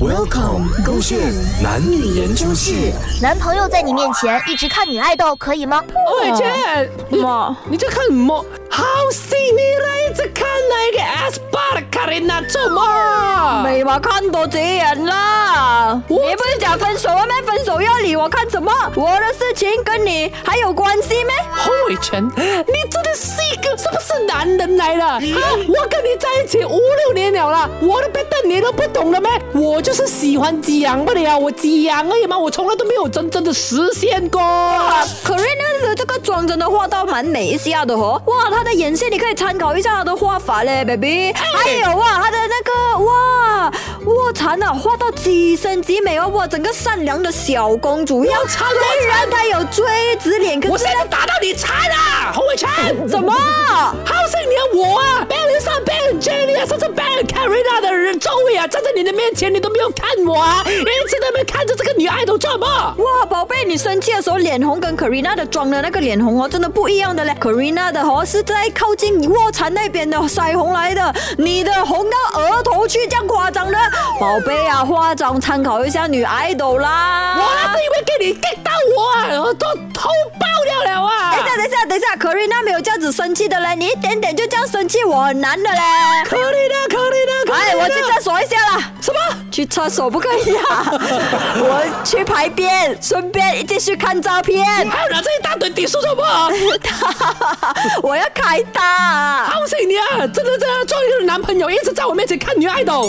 Welcome，勾线男女研究室。男朋友在你面前一直看女爱豆，可以吗？喂姐，嘛，你在看什么？好戏你嚟，一直看那个 S 八的卡琳娜做么？没嘛，哦看多这人啦！你我不是讲分手了咩？分手要理我看什么？我的事情跟你还有关系咩？洪伟全，你真的是一个是不是男人来了？啊，我跟你在一起五六年了啦，我的 b e 你都不懂了咩？我就是喜欢激昂不了，我激昂而已嘛，我从来都没有真正的实现过。啊，可瑞娜的这个妆真的画到蛮美一下的哦。哇，她的眼线你可以参考一下她的画法嘞，baby。还有哇，她的那个哇卧蚕啊，画到极深极美哦。哇，整个善良的小公主要蚕虽然她有锥子脸，可我是现在就打到你残啦，洪伟全，怎么？好是你的我啊，被人上被人 Jenny 啊，甚至被人 Carina 的人周围啊，站在你的面前，你都没有看我啊，你一直在那边看着这个女爱豆做么？哇，宝贝，你生气的时候脸红跟 Karina 的妆的那个脸红哦，真的不一样的嘞。Karina 的哦是在靠近你卧蚕那边的腮红来的，你的红到额头去，这样夸张的。宝贝啊，化妆参考一下女 idol 啦。我那是因为给你 get 到我啊，我都头爆掉了啊！哎等一下，等一下，等一下，Karina 没有这样子生气的嘞，你一点点就这样生气，我很难的嘞。可怜的，可怜啊的，可哎，怜我去厕所一下啦。什么？去厕所不可以啊！我去排便，顺便继续看照片。还有拿这一大堆底数 做么？我要开大啊。好是你啊，真的真的做一个男朋友，一直在我面前看女爱豆。